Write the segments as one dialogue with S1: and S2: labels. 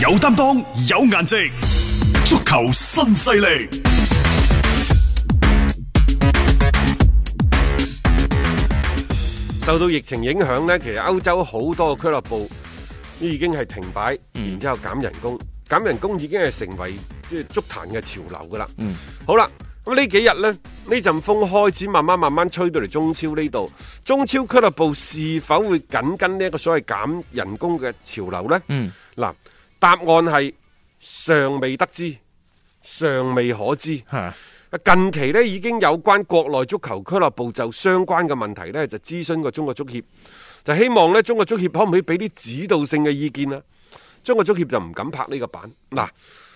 S1: 有擔當，有顏值，足球新勢力。
S2: 受到疫情影響呢，其實歐洲好多俱樂部都已經係停擺，
S3: 嗯
S2: 然之後減人工，減人工已經係成為即係足壇嘅潮流噶啦。
S3: 嗯
S2: 好啦，咁呢幾日呢，呢陣風開始慢慢慢慢吹到嚟中超呢度，中超俱樂部是否會緊跟呢一個所謂減人工嘅潮流呢？
S3: 嗯，
S2: 嗱，答案係尚未得知，尚未可知。
S3: 吓，
S2: 近期呢已經有關國內足球俱樂部就相關嘅問題呢，就諮詢過中國足協，就希望呢中國足協可唔可以俾啲指導性嘅意見啊？中國足協就唔敢拍呢個板嗱，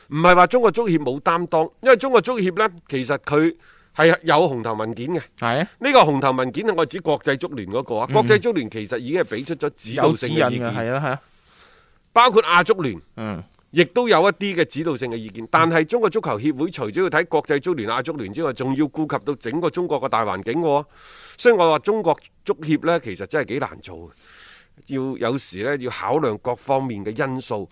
S2: 唔係話中國足協冇擔當，因為中國足協呢，其實佢係有紅頭文件嘅。
S3: 係啊，
S2: 呢個紅頭文件我指國際足聯嗰個啊，國際足聯其實已經係俾出咗指導
S3: 嗯有指
S2: 性
S3: 引
S2: 嘅意
S3: 嘅，係
S2: 見，
S3: 啦，係啊，
S2: 包括亞足聯。
S3: 嗯，
S2: 亦都有一啲嘅指導性嘅意見，但係中國足球協會除咗要睇國際足聯、亞足聯之外，仲要顧及到整個中國嘅大環境嘅喎。所以我話中國足協呢，其實真係幾難做嘅，要有時呢，要考量各方面嘅因素，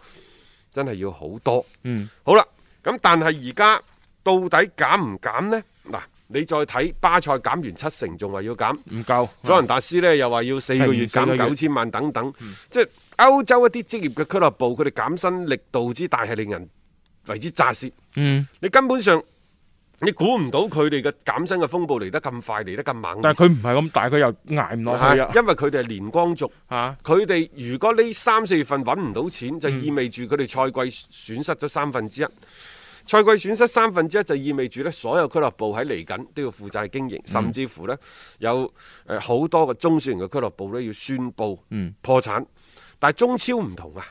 S2: 真係要好多。
S3: 嗯，
S2: 好啦，咁但係而家到底減唔減呢？嗱，你再睇巴塞減完七成，仲話要減。
S3: 唔夠，
S2: 佐仁達斯呢又話要四個月
S3: 係四個
S2: 減
S3: 月嗯
S2: 九千萬等等，即係歐洲一啲職業嘅俱樂部，佢哋減薪力度之大係令人為之咋舌。
S3: 嗯，
S2: 你根本上你估唔到佢哋嘅減薪嘅風暴嚟得咁快，嚟得咁猛。
S3: 但係佢唔係咁大，佢又捱唔落去
S2: 係
S3: 啊，
S2: 因為佢哋係連光族，
S3: 吓，
S2: 佢哋如果呢三四月份揾唔到錢，就意味住佢哋賽季損失咗三分之一。賽季損失三分之一就意味住呢所有俱樂部喺嚟緊都要負債經營，甚至乎呢有誒好、多個中小型嘅俱樂部呢要宣布
S3: 嗯
S2: 破產。但係中超唔同啊，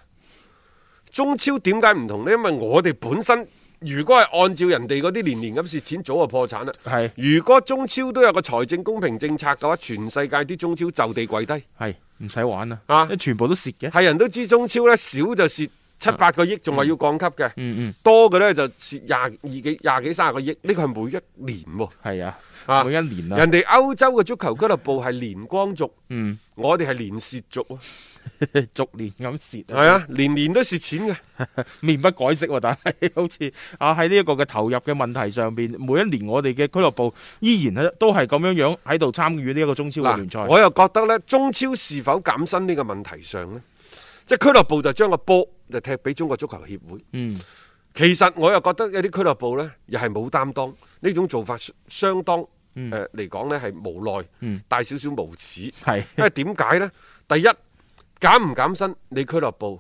S2: 中超點解唔同呢？因為我哋本身如果係按照人哋嗰啲年年咁蝕錢，早就破產啦。
S3: 係
S2: 如果中超都有個財政公平政策嘅話，全世界啲中超就地跪低。
S3: 係唔使玩啦，
S2: 啊
S3: 因為全部都蝕嘅，
S2: 係人都知中超呢少就蝕七八個億，仲話要降級嘅；
S3: 啊嗯嗯，
S2: 多嘅呢就蝕廿二幾廿幾卅個億，呢個係每一年喎、
S3: 係啊，
S2: 啊
S3: 每一年啊，
S2: 人哋歐洲嘅足球俱樂部係連光族，
S3: 嗯，
S2: 我哋係連蝕族啊，
S3: 逐年咁蝕
S2: 係啊，年年都蝕錢嘅。
S3: 面不改色喎，但係好似啊喺呢一個嘅投入嘅問題上邊，每一年我哋嘅俱樂部依然係都係咁樣樣喺度參與呢一個中超嘅聯賽
S2: 嗱，。我又覺得呢，中超是否減薪呢個問題上呢，即係俱樂部就將個波就踢俾中國足球協會。
S3: 嗯，
S2: 其實我又覺得有啲俱樂部呢，又係冇擔當，呢種做法相當誒
S3: 嗯
S2: 嚟講呢，係無奈，
S3: 嗯
S2: 帶少少無恥。
S3: 係
S2: 因為點解呢？第一減唔減薪，你俱樂部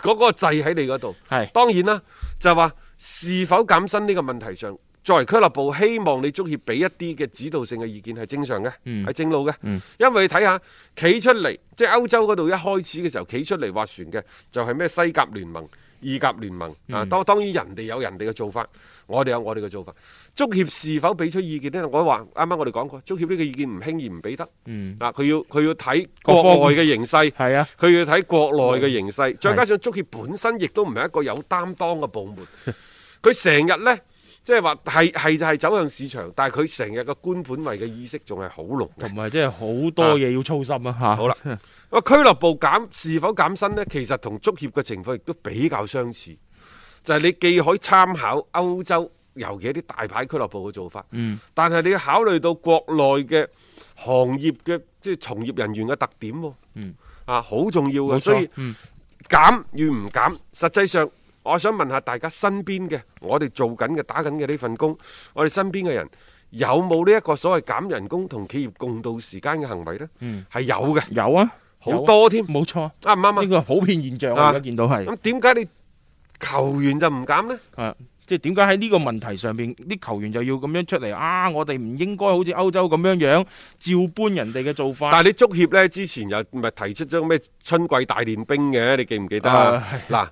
S2: 嗰、個掣喺你嗰度。
S3: 係
S2: 當然啦，就係話是否減薪呢個問題上，作為俱樂部，希望你足協俾一啲嘅指導性嘅意見係正常嘅，係、
S3: 嗯
S2: 正路嘅。
S3: 嗯
S2: 因為你睇下企出嚟，即係歐洲嗰度一開始嘅時候企出嚟划船嘅，就係咩西甲聯盟、意甲聯盟
S3: 嗯
S2: 啊。當當然人哋有人哋嘅做法，我哋有我哋嘅做法。足協是否俾出意見呢？我話啱啱我哋講過，足協呢個意見唔輕易唔俾得。
S3: 嗯
S2: 嗱，佢要佢要睇
S3: 各
S2: 國
S3: 方
S2: 外嘅形勢，
S3: 係啊，
S2: 佢要睇國內嘅形勢，再加上足協本身亦都唔係一個有擔當嘅部門，佢成日呢，即係話係係就係走向市場，但係佢成日嘅官本位嘅意識仲係好濃嘅
S3: 同。埋即係好多嘢要操心啊吓。
S2: 好啦，咁俱樂部減是否減薪呢？其實同足協嘅情況亦都比較相似，就係、你既可以參考歐洲，尤其一啲大牌俱樂部嘅做法，
S3: 嗯
S2: 但係你要考慮到國內嘅行業嘅即係從業人員嘅特點喎、
S3: 嗯
S2: 啊好重要
S3: 冇
S2: 嘅，
S3: 錯
S2: 所以
S3: 嗯
S2: 減與唔減，實際上。我想問下大家身邊嘅，我哋做緊嘅、打緊嘅呢份工，我哋身邊嘅人有冇呢一個所謂減人工同企業共度時間嘅行為呢？
S3: 嗯，
S2: 係有嘅。
S3: 有啊，
S2: 好多添，
S3: 冇錯，
S2: 啱唔
S3: 呢
S2: 啱
S3: 個普遍現象
S2: 啊
S3: 啊，而家見到
S2: 啊？
S3: 係
S2: 咁點解你球員就唔減呢？
S3: 啊。即係點解喺呢個問題上邊，啲球員就要咁樣出嚟啊？我哋唔應該好似歐洲咁樣樣照搬人哋嘅做法。
S2: 但係你足協呢，之前又咪提出咗咩春季大練兵嘅，你記唔記得啊
S3: 啊？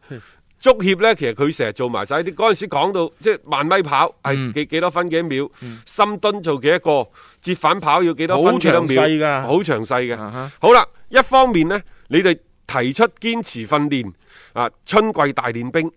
S2: 嗱，足協呢，其實佢成日做埋晒啲嗰陣時講到即係萬米跑係
S3: 嗯
S2: 幾幾多分幾多秒，深蹲做幾多個，折返跑要幾多
S3: 好
S2: 分幾多
S3: 詳
S2: 秒，
S3: 細㗎
S2: 好詳細嘅。
S3: 啊哈
S2: 好啦，一方面呢，你哋提出堅持訓練啊，春季大練兵。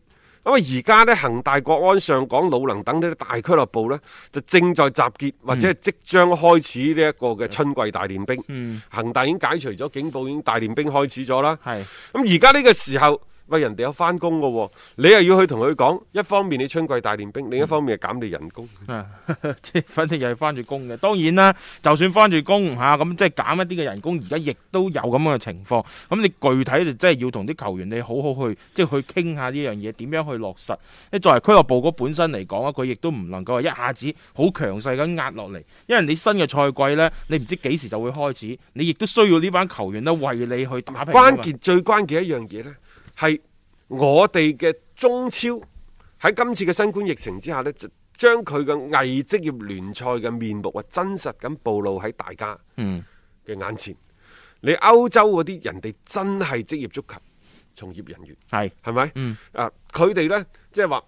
S2: 咁啊，而家呢，恒大、國安、上港、魯能等呢啲大俱樂部呢，就正在集結或
S3: 嗯
S2: 者係即將開始呢一個嘅春季大練兵。
S3: 嗯，
S2: 恒大已經解除咗警報，已經大練兵開始咗啦。
S3: 係
S2: 咁而家呢個時候，喂人哋有翻工嘅喎，你又要去同佢講，一方面你春季大練兵，另一
S3: 嗯
S2: 方面係減你人工。
S3: 啊， 即係反正又係翻住工嘅。當然啦，就算翻住工嚇，咁、即係減一啲嘅人工，而家亦都有咁樣嘅情況。咁你具體就真係要同啲球員你好好去，即係去傾下呢樣嘢點樣去落實。你作為俱樂部嗰本身嚟講啊，佢亦都唔能夠話一下子好強勢咁壓落嚟，因為你新嘅賽季呢，你唔知幾時就會開始，你亦都需要呢班球員呢為你去打拼㗎嘛。
S2: 關鍵最關鍵一樣嘢呢，係我哋嘅中超喺今次嘅新冠疫情之下呢，就將佢嘅偽職業聯賽嘅面目啊，真實咁暴露喺大家
S3: 嗯
S2: 嘅眼前。你歐洲嗰啲人哋真係職業足球從業人員。
S3: 係
S2: 係咪？
S3: 嗯
S2: 啊，佢哋呢，即係話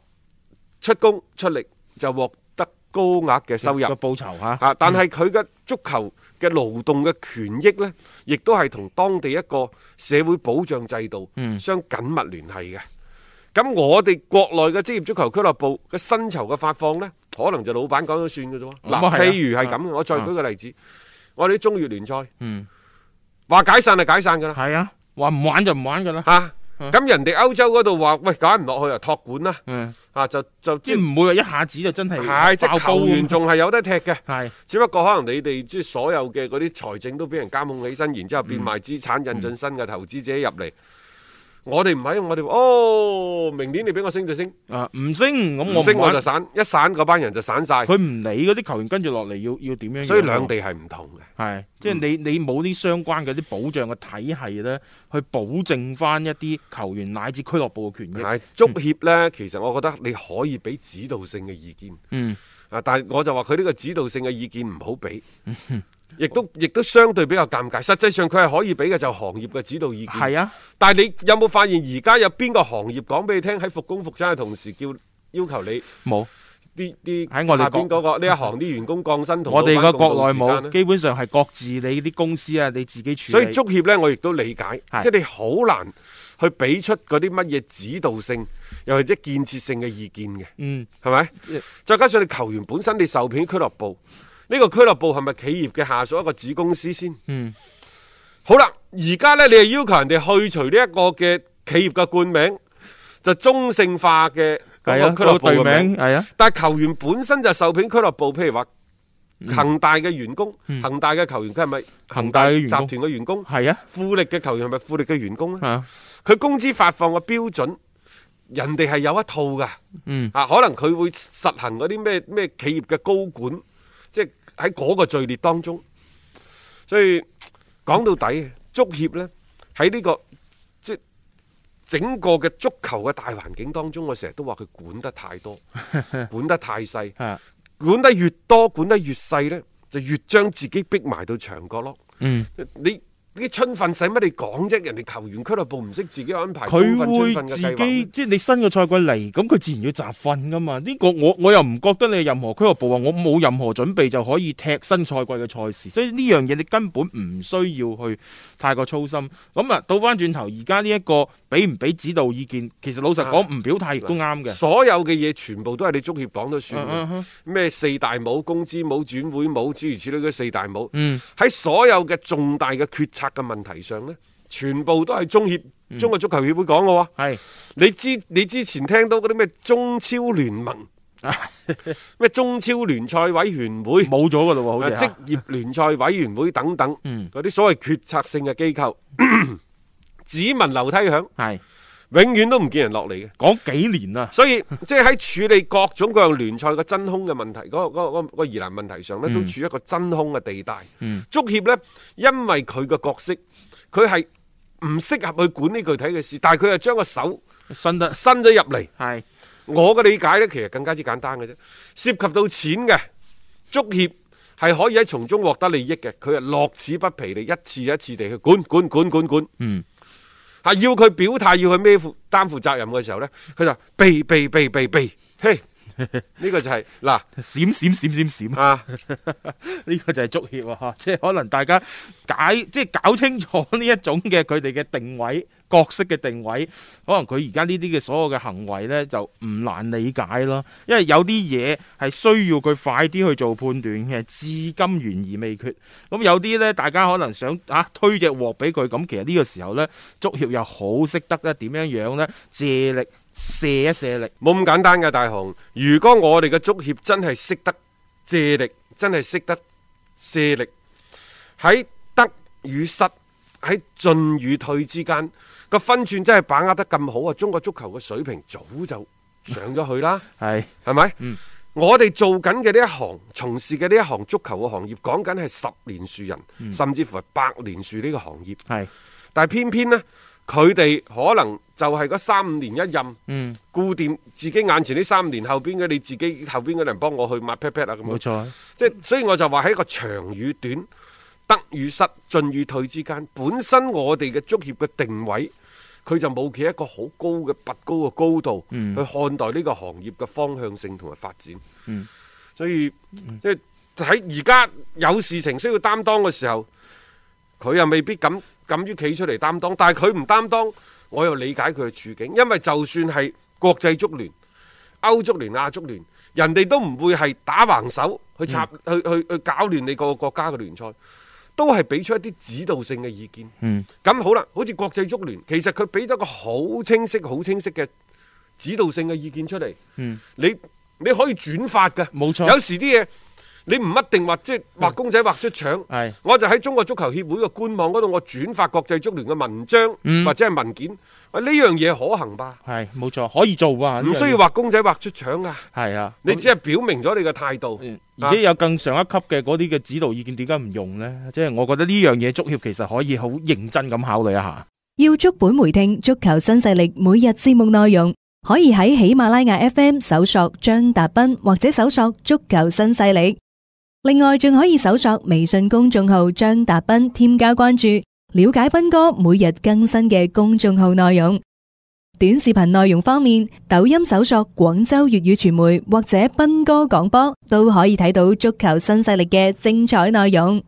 S2: 出工出力就獲得高額嘅收入
S3: 個報酬嚇。
S2: 啊，但係佢嘅足球嘅勞動嘅權益呢，亦都係同當地一個社會保障制度
S3: 嗯
S2: 相緊密聯繫嘅。咁我哋國內嘅職業足球俱樂部嘅薪酬嘅發放呢，可能就老闆講咗算嘅啫喎。
S3: 咁啊係
S2: 嗱，
S3: 啊
S2: 譬如係
S3: 啊
S2: 咁，我再
S3: 啊
S2: 舉個例子，我哋啲中乙聯賽
S3: 嗯，
S2: 話解散就解散㗎啦。
S3: 係啊，話唔玩就唔玩㗎啦。
S2: 嚇、
S3: 啊
S2: 咁人哋歐洲嗰度話，喂，搞唔落去啊，托管啦，
S3: 嗯，
S2: 啊，就就
S3: 即係唔會話一下子就真係
S2: 係即
S3: 爆
S2: 係
S3: 煲
S2: 球員
S3: 咁。
S2: 仲係有得踢嘅，
S3: 係
S2: 只不過可能你哋即係所有嘅嗰啲財政都俾人監控起身，然之後
S3: 嗯
S2: 變賣資產，引進新嘅投資者入嚟。我哋唔係，我哋話哦，明年你俾我升就升，
S3: 啊，唔升咁我
S2: 唔升
S3: 唔玩
S2: 我就散，一散嗰班人就散晒。
S3: 佢唔理嗰啲球員跟住落嚟要要點樣樣，
S2: 所以兩地係唔同嘅。
S3: 係即係你你冇啲相關嘅啲保障嘅體系咧，去保證翻一啲球員乃至俱樂部嘅權益。
S2: 係足協呢，其實我覺得你可以俾指導性嘅意見，
S3: 嗯，
S2: 啊，但係我就話佢呢個指導性嘅意見唔好俾，
S3: 嗯
S2: 亦都亦都相對比較尷尬。實際上佢係可以俾嘅就係行業嘅指導意見。
S3: 係啊，
S2: 但係你有冇發現而家有邊個行業講俾你聽喺復工復產嘅同時叫要求你
S3: 冇
S2: 啲啲
S3: 喺我哋
S2: 下邊
S3: 國
S2: 嗰個 呢一行啲員工降薪同
S3: 我哋
S2: 個
S3: 嘅國內冇，基本上係各自你啲公司啊，你自己處理。
S2: 所以足協呢，我亦都理解，
S3: 係
S2: 即係你好難去俾出嗰啲乜嘢指導性又或者建設性嘅意見嘅，
S3: 嗯，
S2: 係咪？再加上你球員本身你受聘於俱樂部，呢、個俱樂部係咪企業嘅下屬一個子公司先？
S3: 嗯，
S2: 好啦，而家呢，你係要求人哋去除呢一個嘅企業嘅冠名，就中性化嘅
S3: 係
S2: 嗰
S3: 啊，
S2: 個俱樂
S3: 個
S2: 部
S3: 隊
S2: 嘅名。
S3: 名係啊，
S2: 但係球員本身就受聘俱樂部，譬如話恒大嘅員工，
S3: 嗯
S2: 恒大嘅球員佢係咪
S3: 恒大嘅員工
S2: 集團嘅員工？
S3: 係啊，
S2: 富力嘅球員係咪富力嘅員工咧？
S3: 啊，
S2: 佢工資發放嘅標準，人哋係有一套㗎。
S3: 嗯，
S2: 啊，可能佢會實行嗰啲咩咩企業嘅高管，即係喺嗰個序列當中。所以講到底，足協呢喺呢、個即係整個嘅足球嘅大環境當中，我成日都話佢管得太 多，管得太細，
S3: 啊，
S2: 管得越多，管得越細呢，就越將自己逼埋到牆角落。
S3: 嗯。
S2: 你啲春訓使乜你講啫？人哋球員俱樂部唔識自己安排
S3: 佢
S2: 冬訓
S3: 會
S2: 春訓嘅
S3: 自
S2: 計劃咩
S3: 己即係你新嘅賽季嚟，咁佢自然要集訓噶嘛？呢、個我我又唔覺得你任何俱樂部話我冇任何準備就可以踢新賽季嘅賽事，所以呢樣嘢你根本唔需要去太過操心。咁啊，倒翻轉頭，而家呢一個俾唔俾指導意見，其實老實
S2: 啊
S3: 講唔表態亦都啱嘅。
S2: 所有嘅嘢全部都係你足協講咗算
S3: 嗯
S2: 嘅，
S3: 嗯
S2: 咩、四大帽、工資帽、轉會帽，諸如此類嘅四大帽，
S3: 嗯
S2: 喺、所有嘅重大嘅決策嘅問題上呢，全部都係中協、
S3: 嗯
S2: 中國足球協會講嘅喎。
S3: 係
S2: 你之你之前聽到嗰啲咩中超聯盟、 咩中超聯賽委員會、
S3: 冇咗噶咯喎，好似
S2: 職
S3: 嚇
S2: 業聯賽委員會等等，
S3: 嗯
S2: 嗰啲所謂決策性嘅機構， 只聞樓梯響，
S3: 係
S2: 永遠都唔見人落嚟嘅。
S3: 講幾年啊啦，
S2: 所以即係喺處理各種各樣聯賽嘅真空嘅問題，嗰、個嗰、個嗰個疑難問題上呢，都處於一個真空嘅地帶。
S3: 嗯
S2: 足協呢，因為佢嘅角色，佢係唔適合去管理具體嘅事，但係佢又將個手
S3: 新得
S2: 伸咗入嚟。
S3: 係
S2: 我嘅理解呢，其實更加之簡單嘅啫，涉及到錢嘅足協係可以喺從中獲得利益嘅，佢係樂此不疲地一次一次地去管管管管管，
S3: 嗯
S2: 係要佢表態要佢孭負擔負責任嘅時候呢，佢就避避避避避，嘿，呢個就係嗱
S3: 閃閃閃閃閃，呢、
S2: 啊，
S3: 個就係足協啊！嚇即係可能大家解即係搞清楚呢一種嘅佢哋嘅定位角色嘅定位，可能佢而家呢啲嘅所有嘅行為呢，就唔難理解咯。因為有啲嘢係需要佢快啲去做判斷嘅，至今懸而未決。咁有啲呢，大家可能想啊推只鑊俾佢，咁其實呢個時候呢，足協又好識得啊咧點樣樣呢，借力卸一卸力。
S2: 冇咁簡單嘅大雄。如果我哋嘅足協真係識得借力，真係識得卸力，喺得與失，喺進與退之間個分寸真係把握得咁好啊！中國足球嘅水平早就上咗去啦。
S3: 係
S2: 係咪？
S3: 嗯
S2: 我哋做緊嘅呢一行，從事嘅呢一行足球嘅行業，講緊係十年樹人，甚至乎係百年樹呢個行業。
S3: 係，
S2: 但係偏偏呢，佢哋可能就係嗰三五年一任，
S3: 嗯，
S2: 固定自己眼前呢三五年後邊嘅你自己後邊嘅人幫我去抹 pat pat 啊咁
S3: 冇
S2: 樣。
S3: 錯。
S2: 即係所以我就話喺一個長與短、得與失、進與退之間，本身我哋嘅足協嘅定位，佢就冇企一個好高嘅拔高嘅高度、
S3: 嗯
S2: 去看待呢個行業嘅方向性同埋發展。
S3: 嗯
S2: 所以即係喺而家有事情需要擔當嘅時候，佢又未必敢敢於企出嚟擔當，但係佢唔擔當，我又理解佢嘅處境，因為就算係國際足聯。歐足聯、亞足聯，人哋都唔會係打橫手去插、
S3: 嗯
S2: 去去去搞亂你個國家嘅聯賽，都係俾出一啲指導性嘅意見。
S3: 嗯，
S2: 咁好啦，好似國際足聯，其實佢俾咗個好清晰、好清晰嘅指導性嘅意見出嚟。
S3: 嗯，哦
S2: 你你可以轉發嘅，
S3: 冇錯
S2: 有時啲嘢你唔一定話即係
S3: 嗯
S2: 畫公仔畫出腸。
S3: 係。
S2: 我就喺中國足球協會嘅官網嗰度，我轉發國際足聯嘅文章、
S3: 嗯
S2: 或者係文件，喂呢樣嘢可行吧？
S3: 系冇錯，可以做啊，
S2: 唔需要畫公仔畫出腸啊！
S3: 系啊，
S2: 你
S3: 咁
S2: 只係表明咗你嘅態度。
S3: 嗯而且有更上一級嘅嗰啲嘅指導意見，點解唔用呢？即係我覺得呢樣嘢足協其實可以好認真咁考慮一下。
S4: 要足本回聽足球新勢力每日節目內容，可以喺喜馬拉雅 FM 搜索張達斌或者搜索足球新勢力。另外，仲可以搜索微信公眾號張達斌，添加關注，了解斌哥每日更新嘅公眾號內容。短視頻內容方面，抖音搜索廣州粵語傳媒或者斌哥廣播，都可以睇到足球新勢力嘅精彩內容。